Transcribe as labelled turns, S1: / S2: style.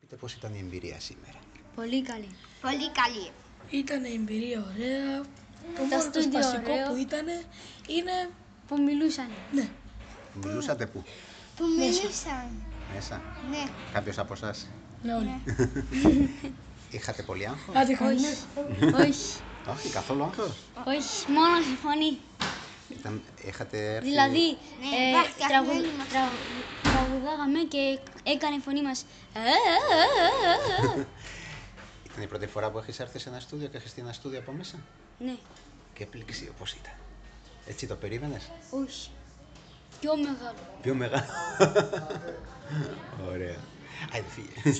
S1: Πείτε πώς ήταν η εμπειρία σήμερα.
S2: Πολύ καλή.
S3: Πολύ καλή.
S4: Ήταν η εμπειρία ωραία. Το
S2: Τα
S4: μόνο το
S2: στούντιο
S4: σπαστικό
S2: ωραίο.
S4: που ήταν είναι.
S2: Που μιλούσαν.
S4: Ναι,
S1: Μιλούσατε πού,
S3: Που μιλούσαν.
S1: μέσα,
S3: Ναι.
S1: κάποιος από εσά.
S4: ναι, όλοι.
S1: Είχατε πολύ άγχος.
S4: Άτυχα, ναι.
S2: όχι.
S1: Όχι, καθόλου άγχος.
S2: Όχι. Μόνο η φωνή.
S1: Ήταν, είχατε έρθει...
S2: Δηλαδή,
S3: Ναι,
S2: ε,
S3: βάχτιας,
S2: τραγου-
S3: ναι, ήμασταν.
S2: τραγου- τραγουδάγαμε και έκανε η φωνή μας. «Ε, ε, ε, ε, ε, ε».
S1: Ήταν η πρώτη φορά που έχεις έρθει σε ένα στούντιο και έχεις δει ένα στούντιο από μέσα.
S2: Ναι,
S1: Και πλήξιο, πώς ήταν. Έτσι το περίμενες.
S2: όχι. Πιο μεγάλο.
S1: Πιο μεγάλο. Ωραία. Άιντε, φύγε.